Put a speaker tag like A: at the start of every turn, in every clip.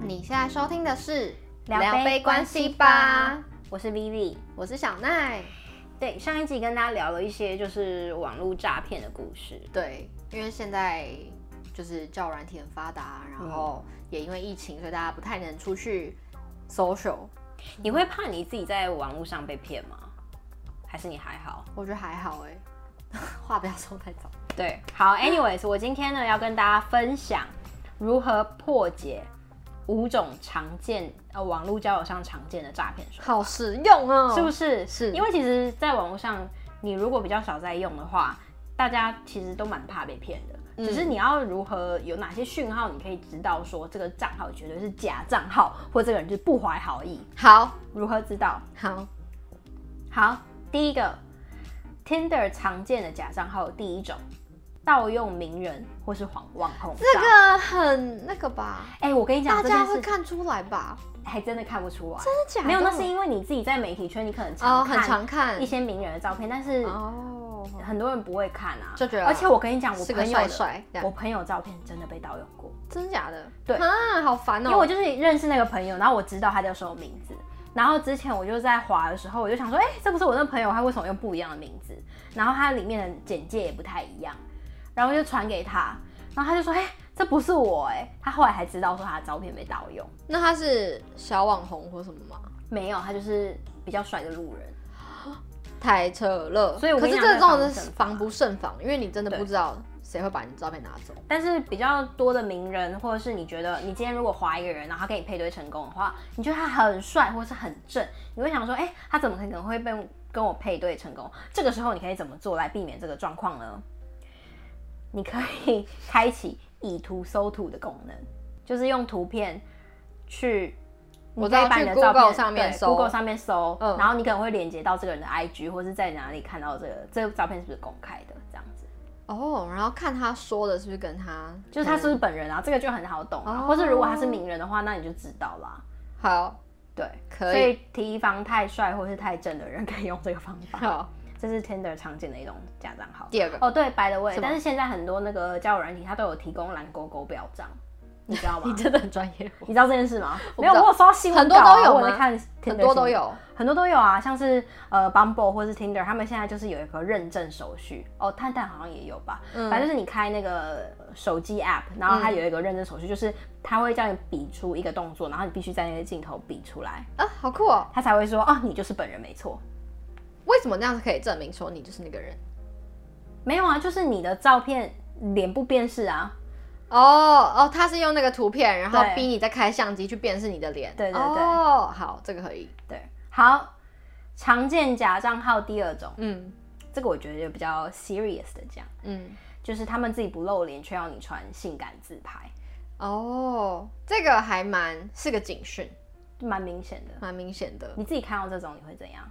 A: 你现在收听的是《
B: 聊杯关系吧》，我是 Vivi。
A: 我是小奈。
B: 对，上一集跟大家聊了一些就是网络诈骗的故事。
A: 对，因为现在就是教软体很发达，然后也因为疫情，所以大家不太能出去 social。
B: 你会怕你自己在网络上被骗吗？还是你还好？
A: 我觉得还好哎、 话不要说太早。
B: 对，好，anyways，我今天呢要跟大家分享如何破解五种常见呃网络交友上常见的诈骗手
A: 好实用哦，
B: 是不是？
A: 是
B: 因为其实，在网络上，你如果比较少在用的话，大家其实都蛮怕被骗的。
A: 嗯
B: 只是你要如何有哪些讯号，你可以知道说这个账号绝对是假账号，或这个人就是不怀好意。
A: 好
B: 如何知道？
A: 好，
B: 好，第一个，Tinder 常见的假账号，第一种，盗用名人或是网网红照。
A: 这个很那个吧，
B: 哎、我跟你讲，
A: 大
B: 这
A: 家
B: 件
A: 会
B: 事
A: 看出来吧？
B: 还真的看不出来。
A: 真的假的？
B: 没有，那是因为你自己在媒体圈，你可能
A: 哦，
B: 常
A: 很
B: 看
A: 常看
B: 一些名人的照片，但是
A: 哦，
B: 很多人不会看啊，
A: 就觉得
B: 而且我跟你讲，我
A: 是个
B: 朋友
A: 帅
B: 的
A: 帅，这
B: 我
A: 样
B: 朋友照片真的被盗用过，
A: 真的假的？
B: 对
A: 啊，好烦哦。
B: 因为我就是认识那个朋友，然后我知道他叫什么名字。然后之前我就在滑的时候，我就想说，哎、这不是我那朋友，他为什么用不一样的名字？然后他里面的简介也不太一样，然后就传给他，然后他就说，哎、这不是我、哎，他后来还知道说他的照片被盗用，
A: 那他是小网红或什么吗？
B: 没有，他就是比较帅的路人。
A: 太扯了。
B: 所以我
A: 可
B: 跟
A: 是
B: 你
A: 这
B: 讲
A: 个
B: 那
A: 种
B: 个
A: 的
B: 防不胜
A: 是防不胜
B: 防
A: 防，因为你真的
B: 对
A: 不知道谁会把你的照片拿走。
B: 但是比较多的名人，或者是你觉得你今天如果划一个人，然后他跟你配对成功的话，你觉得他很帅或是很正，你会想说，哎、他怎么可能会被跟我配对成功？这个时候你可以怎么做来避免这个状况呢？你可以开启以图搜图的功能，就是用图片去。
A: 我
B: 你可以
A: 知道
B: 把
A: 去
B: 你的照片
A: Google 上面
B: 对
A: 搜
B: Google 上面搜，
A: 嗯
B: 然后你可能会连接到这个人的 IG 或是在哪里看到这个这个照片是不是公开的这样子。
A: 哦，然后看他说的是不是跟他，嗯
B: 就是他是不是本人啊？这个就很好懂啊。
A: 哦
B: 或是如果他是名人的话，那你就知道啦。
A: 好
B: 对，
A: 可以
B: 所以提防太帅或是太正的人可以用这个方 法。
A: 好
B: 这是 Tinder 常见的一种假账号。
A: 第二个，
B: 哦，对，by the way，
A: 什么
B: 但是现在很多那个交友软体，它都有提供蓝勾勾表账，你 知道 吗？
A: 真的很专业，
B: 你知道这件事吗？
A: 我不
B: 没
A: 知道
B: 有，我有收到新闻
A: 很多
B: 稿啊
A: 都有
B: 我有
A: 吗
B: 在看 Tinder
A: 很多都
B: 新闻，
A: 有
B: 很多都有啊，像是呃 Bumble 或是 Tinder，他们现在就是有一个认证手续哦，探探好像也有吧，
A: 嗯
B: 反正就是你开那个手机 app，然后它有一个认证手续，就是它会叫你比出一个动作，然后你必须在那个镜头比出来，
A: 啊，好酷哦！
B: 它才会说哦，你就是本人没错。
A: 为什么那样子可以证明说你就是那个人？
B: 没有啊，就是你的照片脸部辨识啊，
A: 哦哦，他是用那个图片，然后
B: 对
A: 逼你再开相机去辨识你的脸。
B: 对对对
A: 哦，好，这个可以。
B: 对，好，常见假账号第二种，
A: 嗯
B: 这个我觉得就比较 serious 的讲。
A: 嗯，
B: 就是他们自己不露脸，却要你传性感自拍，
A: 哦，这个还蛮是个警讯，
B: 蛮明显的。
A: 蛮明显的。
B: 你自己看到这种，你会怎样？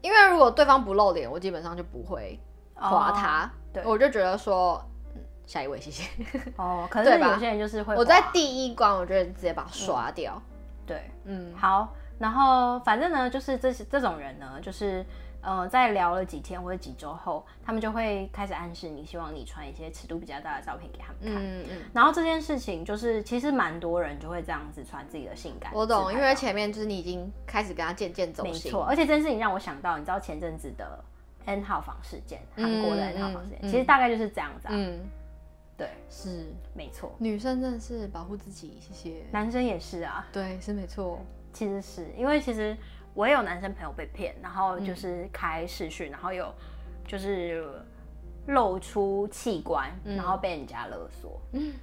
A: 因为如果对方不露脸，我基本上就不会
B: 哦
A: 划他，
B: 对
A: 我就觉得说，嗯，下一位谢 谢。
B: 哦，可
A: 对
B: 是
A: 吧
B: 有些人就是会滑，
A: 我在第一关，我就直接把它刷掉。
B: 对，
A: 嗯，
B: 好，然后反正呢，就是这些这种人呢，就是呃，在聊了几天或者几周后，他们就会开始暗示你，希望你传一些尺度比较大的照片给他们看。
A: 嗯嗯，
B: 然后这件事情就是，其实蛮多人就会这样子传自己的性感自拍照，
A: 我懂，因为前面就是你已经开始跟他渐渐走
B: 没
A: 心，
B: 错，而且这件事情让我想到，你知道前阵子的 N 号房事件，韩国的
A: 嗯
B: N 号房事件，
A: 嗯
B: 其实大概就是这样子啊。
A: 嗯，
B: 对，
A: 是
B: 没错，
A: 女生真的是保护自己，谢谢。
B: 男生也是啊，
A: 对，是没错。
B: 其实是因为其实我也有男生朋友被骗，然后
A: 嗯
B: 就是开视讯，然后有就是露出器官，
A: 嗯
B: 然后被人家勒索。
A: 嗯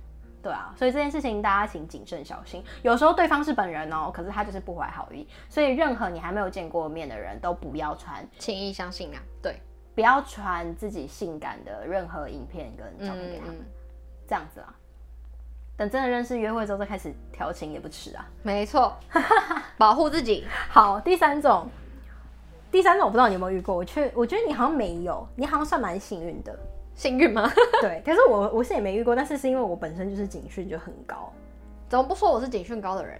B: 对啊，所以这件事情大家请谨慎小心。有时候对方是本人哦，可是他就是不怀好意，所以任何你还没有见过面的人都不要传
A: 轻易相信啊，对，
B: 不要传自己性感的任何影片跟照片给
A: 嗯
B: 他们，
A: 嗯，
B: 这样子啊。等真的认识约会之后再开始调情也不迟啊。
A: 没错， 保护自己。
B: 好，第三种，第三种我不知道你有没有遇过，我却我觉得你好像没有，你好像算蛮幸运 的。
A: 幸运吗？
B: 对，可是我我是也没遇过，但是是因为我本身就是警讯就很 高。
A: 怎么不说我是警讯高的人？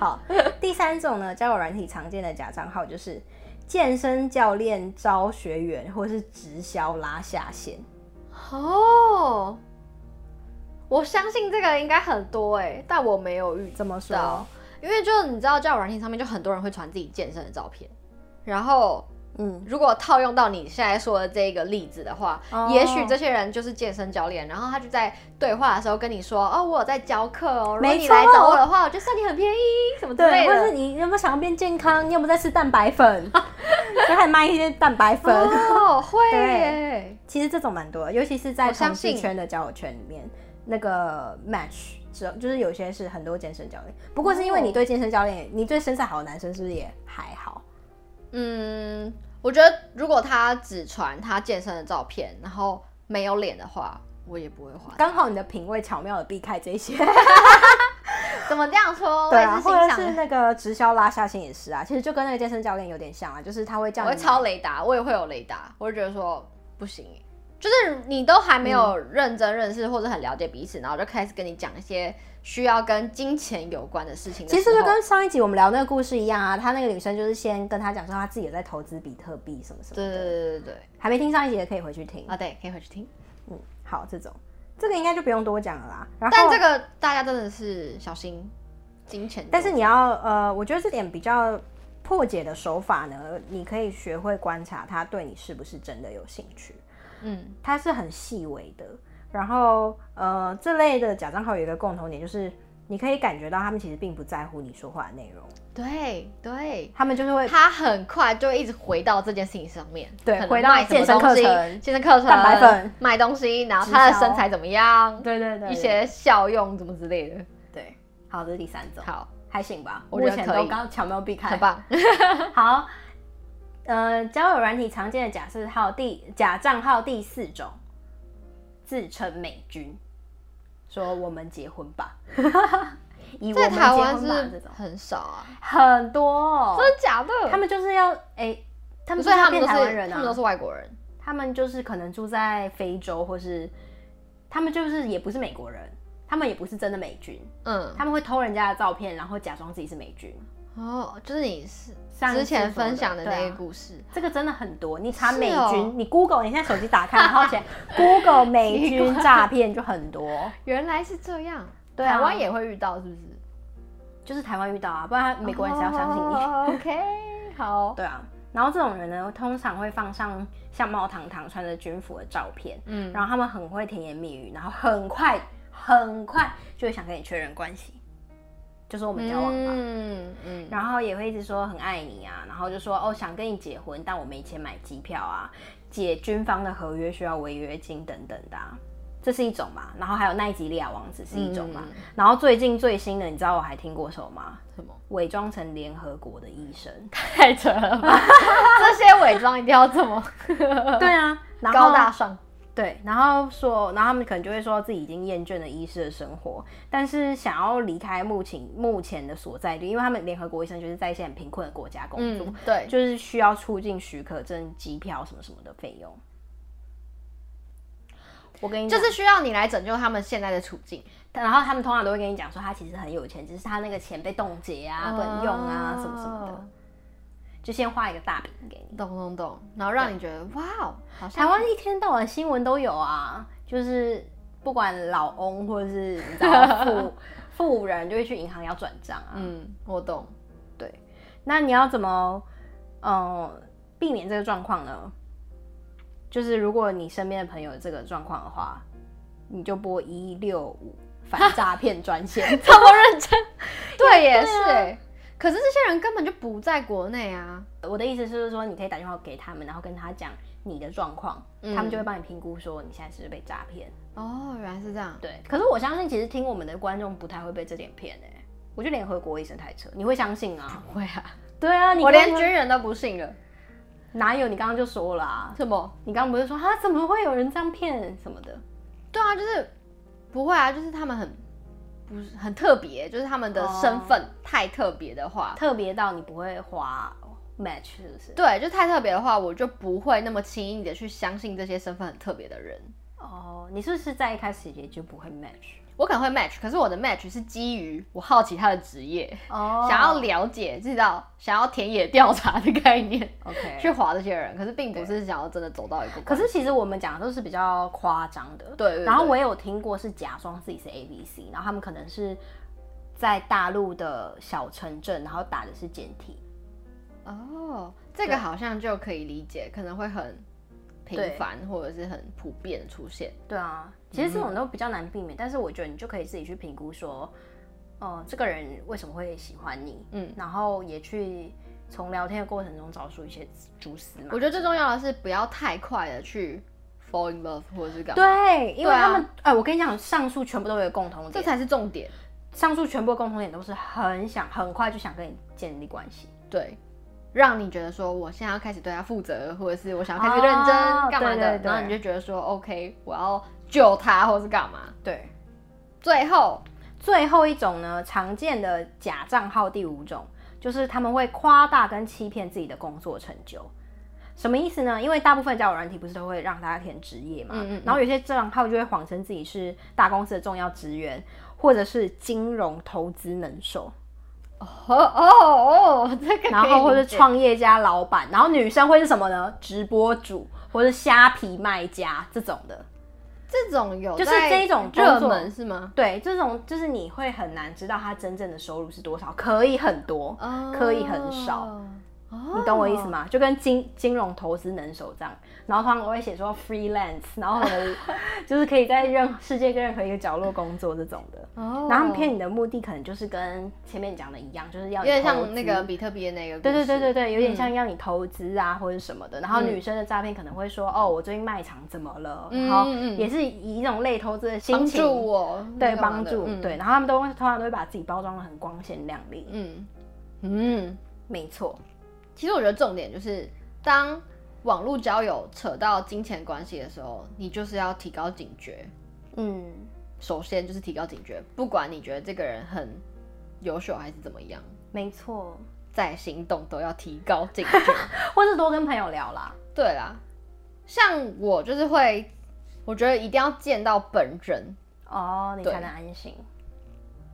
B: 好，第三种呢，交友软体常见的假账号就是健身教练招学员或是直销拉下线。
A: 哦，我相信这个应该很多哎、但我没有遇
B: 怎么说
A: 到，因为就你知道，交友软件上面就很多人会传自己健身的照片，然后
B: 嗯，
A: 如果套用到你现在说的这个例子的话，
B: 哦
A: 也许这些人就是健身教练，然后他就在对话的时候跟你说：“哦，我有在教课哦，如果
B: 没
A: 你
B: 错
A: 来找我的话，我就算你很便宜，什么之
B: 对，
A: 类
B: 或者是
A: 的。
B: 你有没有想要变健康？你有没有在吃蛋白 粉？就还卖一些蛋白”粉。
A: 哦，会
B: 对
A: 耶，
B: 其实这种蛮多的，尤其是在
A: 我相
B: 同志
A: 信
B: 圈的交友圈里面，那个 match 之后，就是有些是很多健身教练。不过是
A: 哦
B: 因为你对健身教练，你对身材好的男生是不是也还好？
A: 嗯，我觉得如果他只传他健身的照片，然后没有脸的话，我也不会花。
B: 刚好你的品味巧妙的避开 这些，
A: 怎么这样说？
B: 对
A: 我
B: 啊，
A: 也是
B: 或
A: 欣
B: 者
A: 赏
B: 是那个直销拉下线也是啊，其实就跟那个健身教练有点像啊，就是他会叫
A: 我会
B: 你
A: 超雷达，我也会有雷达，我就觉得说不行耶，就是你都还没有认真认识或者很了解彼此，然后就开始跟你讲一些需要跟金钱有关的事情的
B: 其
A: 时
B: 实
A: 候，
B: 就跟上一集我们聊那个故事一样啊，她那个女生就是先跟她讲说她自己有在投资比特币什么什么
A: 对对
B: 的，
A: 对对对对
B: 还没听上一集的可以回去听。
A: 啊，对，可以回去听。
B: 嗯，好，这种这个应该就不用多讲了啦。然后，
A: 但这个大家真的是小心金钱，
B: 但是你要呃，我觉得这点比较破解的手法呢，你可以学会观察他对你是不是真的有兴趣，
A: 嗯，
B: 它是很细微的。然后呃，这类的假账号有一个共同点就是。你可以感觉到他们其实并不在乎你说话的内容，
A: 对对。
B: 他们就是会
A: 他很快就一直回到这件事情上面，
B: 对
A: 可能
B: 回到
A: 卖什么
B: 健身课
A: 东西
B: 程
A: 健身课程、
B: 蛋白粉、
A: 卖东西，然后他
B: 直
A: 的
B: 销
A: 身材怎么样，
B: 对对对
A: 一些效用怎么之类的。
B: 对，好，这是第三种，
A: 好，
B: 还行吧，
A: 我
B: 目
A: 觉得
B: 前
A: 可
B: 都
A: 以
B: 刚巧妙避开，
A: 很棒。
B: 好，呃，交友软体常见的假设号第假账号第四种，自称美军，说我们结婚吧， 以我
A: 在
B: 们结
A: 台湾
B: 婚
A: 是
B: 吧这种
A: 很少啊，
B: 很多、哦，
A: 真的假的？
B: 他们就是要哎、他们
A: 所以
B: 就是要
A: 他们
B: 变
A: 都
B: 台湾
A: 是
B: 人
A: 他
B: 啊
A: 们，都是外国人，
B: 他们就是可能住在非洲或是，他们就是也不是美国人，他们也不是真的美军，
A: 嗯，
B: 他们会偷人家的照片，然后假装自己是美军。
A: 哦，就是你是
B: 上一
A: 之
B: 次
A: 前
B: 说
A: 分享的
B: 对
A: 那
B: 啊
A: 个故事，
B: 这个真的很多，你查
A: 是
B: 美军，
A: 哦
B: 你 Google，你现在手机打开，然 后写 Google 美
A: 奇
B: 军
A: 怪
B: 诈骗就很多，
A: 原来是这样，
B: 对啊
A: 台湾也会遇到，是不是？
B: 就是台湾遇到啊，不然美国人谁要相信你？
A: 你？OK，好，
B: 对啊，然后这种人呢，通常会放上相貌堂堂、穿着军服的照片，
A: 嗯，
B: 然后他们很会甜言蜜语，然后很快很快就会想跟你确认关系，就说我们交往吧。
A: 嗯嗯，
B: 然后也会一直说很爱你啊，然后就说哦想跟你结婚，但我没钱买机票啊，解军方的合约需要违约金等等的、啊，这是一种嘛。然后还有奈及利亚王子是一种嘛。
A: 嗯
B: 然后最近最新的，你知道我还听过什么吗？
A: 什么？
B: 伪装成联合国的医 生。
A: 太扯了吧！ 这些伪装一定要这 么
B: 对啊，然后
A: 高大上，
B: 对，然后说，然后他们可能就会说自己已经厌倦了医师的生活，但是想要离开目前目前的所在地，因为他们联合国医生就是在一些很贫困的国家工作，
A: 嗯，对，
B: 就是需要出境许可证、机票什么什么的费用。我跟你
A: 就
B: 讲，
A: 是需要你来拯救他们现在的处境，
B: 然后他们通常都会跟你讲说，他其实很有钱，只是他那个钱被冻结啊，不能用啊，什么什么的，
A: 的，
B: 就先画一个大饼给你。
A: 懂懂懂，然后让你觉得哇哦，好像
B: 台湾一天到晚新闻都有啊，就是不管老翁或者是你知 道富富人，就会去银行要转账啊。
A: 嗯，我懂。。
B: 那你要怎么，呃，避免这个状况呢？就是如果你身边的朋友有这个状况的话，你就拨一六五反诈骗专 线
A: 这么认真， 对，也是、
B: 对啊
A: 欸。可是这些人根本就不在国内啊，
B: 我的意思是说，你可以打电话给他们，然后跟他讲你的状况，
A: 嗯
B: 他们就会帮你评估说你现在是不是被诈骗。
A: 哦，原来是这样。
B: 对，可是我相信其实听我们的观众不太会被这点骗哎、我觉得联合国医生太扯，你会相信啊？
A: 会啊，
B: 对啊，你
A: 我
B: 刚
A: 连
B: 刚
A: 军人都不信了。
B: 哪有？你刚刚就说了啊，
A: 什么？
B: 你刚刚不是说啊怎么会有人这样骗什么的？
A: 对啊，就是不会啊，就是他们很不是很特别，就是他们的
B: 哦
A: 身份太特别的话，
B: 特别到你不会滑 match 是不是？
A: 对，就太特别的话，我就不会那么轻易的去相信这些身份很特别的人。
B: 哦，你是不是在一开始也就不会 match？
A: 我可能会 match，可是我的 match 是基于我好奇他的职业，
B: 哦
A: 想要了解知道，想要田野调查的概念
B: OK
A: 去划这些人，可是并不是想要真的走到一个关
B: 可
A: 系。
B: 是其实我们讲的都是比较夸张的，
A: 对对对
B: 然后我也有听过是假装自己是 A B C，然后他们可能是在大陆的小城镇，然后打的是简体。
A: 哦，这个好像就可以理解，可能会很频繁或者是很普遍的出现。
B: 对啊，其实这种都比较难避免，但是我觉得你就可以自己去评估说，哦、这个人为什么会喜欢你？
A: 嗯，
B: 然后也去从聊天的过程中找出一些蛛丝嘛
A: 我。觉得最重要的是不要太快的去 fall in love 或者是干嘛，
B: 对，因为
A: 对啊
B: 他们，哎、我跟你讲，上述全部都有一个共同
A: 这
B: 点，
A: 才是重点。
B: 上述全部的共同点都是很想很快就想跟你建立关系。
A: 对，让你觉得说我现在要开始对他负责，或者是我想要开始认真
B: 哦
A: 干嘛的，
B: 对对对
A: 然后你就觉得说 OK，我要救他，或是干嘛。
B: 对，
A: 最后，
B: 最后一种呢，常见的假账号第五种，就是他们会夸大跟欺骗自己的工作成就。什么意思呢？因为大部分交友软体不是都会让大家填职业嘛，
A: 嗯嗯嗯
B: 然后有些账号就会谎称自己是大公司的重要职员，或者是金融投资能手，
A: 哦哦哦，这 个可以
B: 然后或
A: 理
B: 是
A: 解
B: 创业家、老板，然后女生会是什么呢？直播主或是虾皮卖家这种的。
A: 这种有
B: 就是
A: 在
B: 这一种工
A: 热
B: 作
A: 门是吗？
B: 对，这种就是你会很难知道他真正的收入是多少，可以很多，可以很少，
A: 哦，
B: 你懂我意思吗？就跟金金融投资能手这样，然后他们会写说 freelance，然后什么就是可以在任世界任何一个角落工作这种的。
A: 哦
B: 然后他们骗你的目的可能就是跟前面讲的一样，就是
A: 有
B: 要你
A: 点
B: 投
A: 像
B: 资
A: 那个比特币的那个故
B: 对
A: 事，
B: 对对对对，有点
A: 嗯
B: 像要你投资啊、或者什么的。然后女生的诈骗可能会说，哦，我最近卖场怎么了？
A: 嗯
B: 然后
A: 嗯嗯
B: 也是以一种类投资的心
A: 帮
B: 情
A: 助我，
B: 对
A: 干嘛
B: 帮
A: 的
B: 助，，对，然后他们都会通常都会把自己包装的很光鲜亮丽，
A: 嗯嗯。嗯
B: 没错，
A: 其实我觉得重点就是，当网络交友扯到金钱关系的时候，你就是要提高警觉。
B: 嗯，
A: 首先就是提高警觉，不管你觉得这个人很优秀还是怎么样，
B: 没错，
A: 在行动都要提高警觉。
B: 或是多跟朋友聊啦，
A: 对啦，像我就是会，我觉得一定要见到本人，
B: 哦，你
A: 对
B: 才能安心，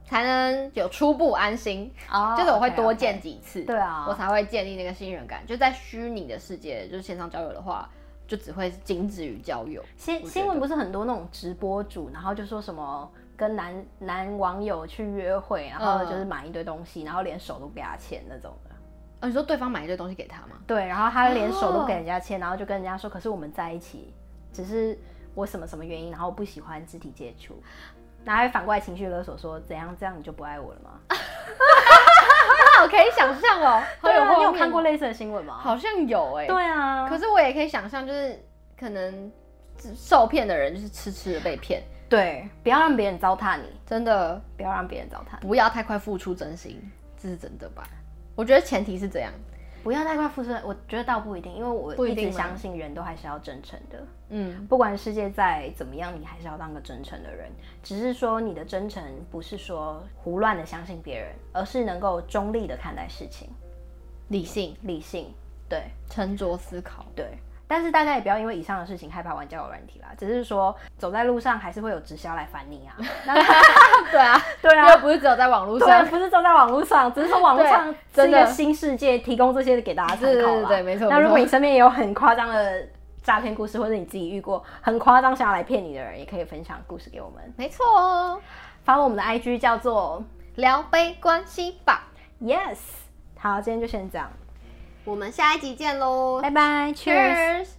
A: 才能有初步安心。
B: 哦
A: 就是我会多见，几次，
B: 对啊
A: 我才会建立那个信任感。就在虚拟的世界，就是线上交友的话，就只会仅止于交友。
B: 新
A: 我觉
B: 新闻
A: 得
B: 不是很多那种直播主，然后就说什么。跟男男网友去约会，然后
A: 嗯
B: 就是买一堆东西，然后连手都不给他牵那种的。
A: 哦，你说对方买一堆东西给他吗？
B: 对，然后他连手都
A: 哦
B: 给人家牵，然后就跟人家说，可是我们在一起，只是我什么什么原因，然后我不喜欢肢体接触，然后还反过来情绪勒索说，怎样这样你就不爱我了吗？
A: 啊，我可以想象 哦，好
B: 对
A: 有
B: 啊，
A: 画
B: 你有
A: 面
B: 看过
A: 哦
B: 类似的新闻吗？
A: 好像有哎、
B: 对啊，
A: 可是我也可以想象，就是可能受骗的人就是痴痴的被骗，
B: 对，不要让别人糟蹋你，
A: 真的
B: 不要让别人糟蹋你，
A: 不要太快付出真心，这是真的吧？我觉得前提是这样，
B: 不要太快付出。我觉得倒不一定，因为
A: 不
B: 我
A: 一
B: 一
A: 定
B: 直
A: 吗
B: 相信人都还是要真诚的，
A: 嗯，
B: 不管世界再怎么样，你还是要当个真诚的人。只是说你的真诚不是说胡乱的相信别人，而是能够中立的看待事情，
A: 理性、
B: 理性。对，
A: 沉着思考，
B: 对。但是大家也不要因为以上的事情害怕玩交友软体啦，只是说走在路上还是会有直销来 烦你啊。那
A: 对啊，
B: 对啊，
A: 又不是只有在网络
B: 对，
A: 上，
B: 不是都在网络上，只是说网络上
A: 对
B: 是
A: 真
B: 一
A: 的
B: 个新世界，提供这些给大家参考啦
A: 对对对对没错
B: 那如果
A: 没错
B: 你身边也有很夸张的诈骗故事，或者你自己遇过很夸张想要来骗你的人，也可以分享故事给我们。
A: 没错哦，
B: 发我们的 IG 叫做
A: 聊杯关系吧，
B: Yes。好，今天就先这样，
A: 我们下一集见喽
B: 拜拜，Cheers。
A: ，Cheers。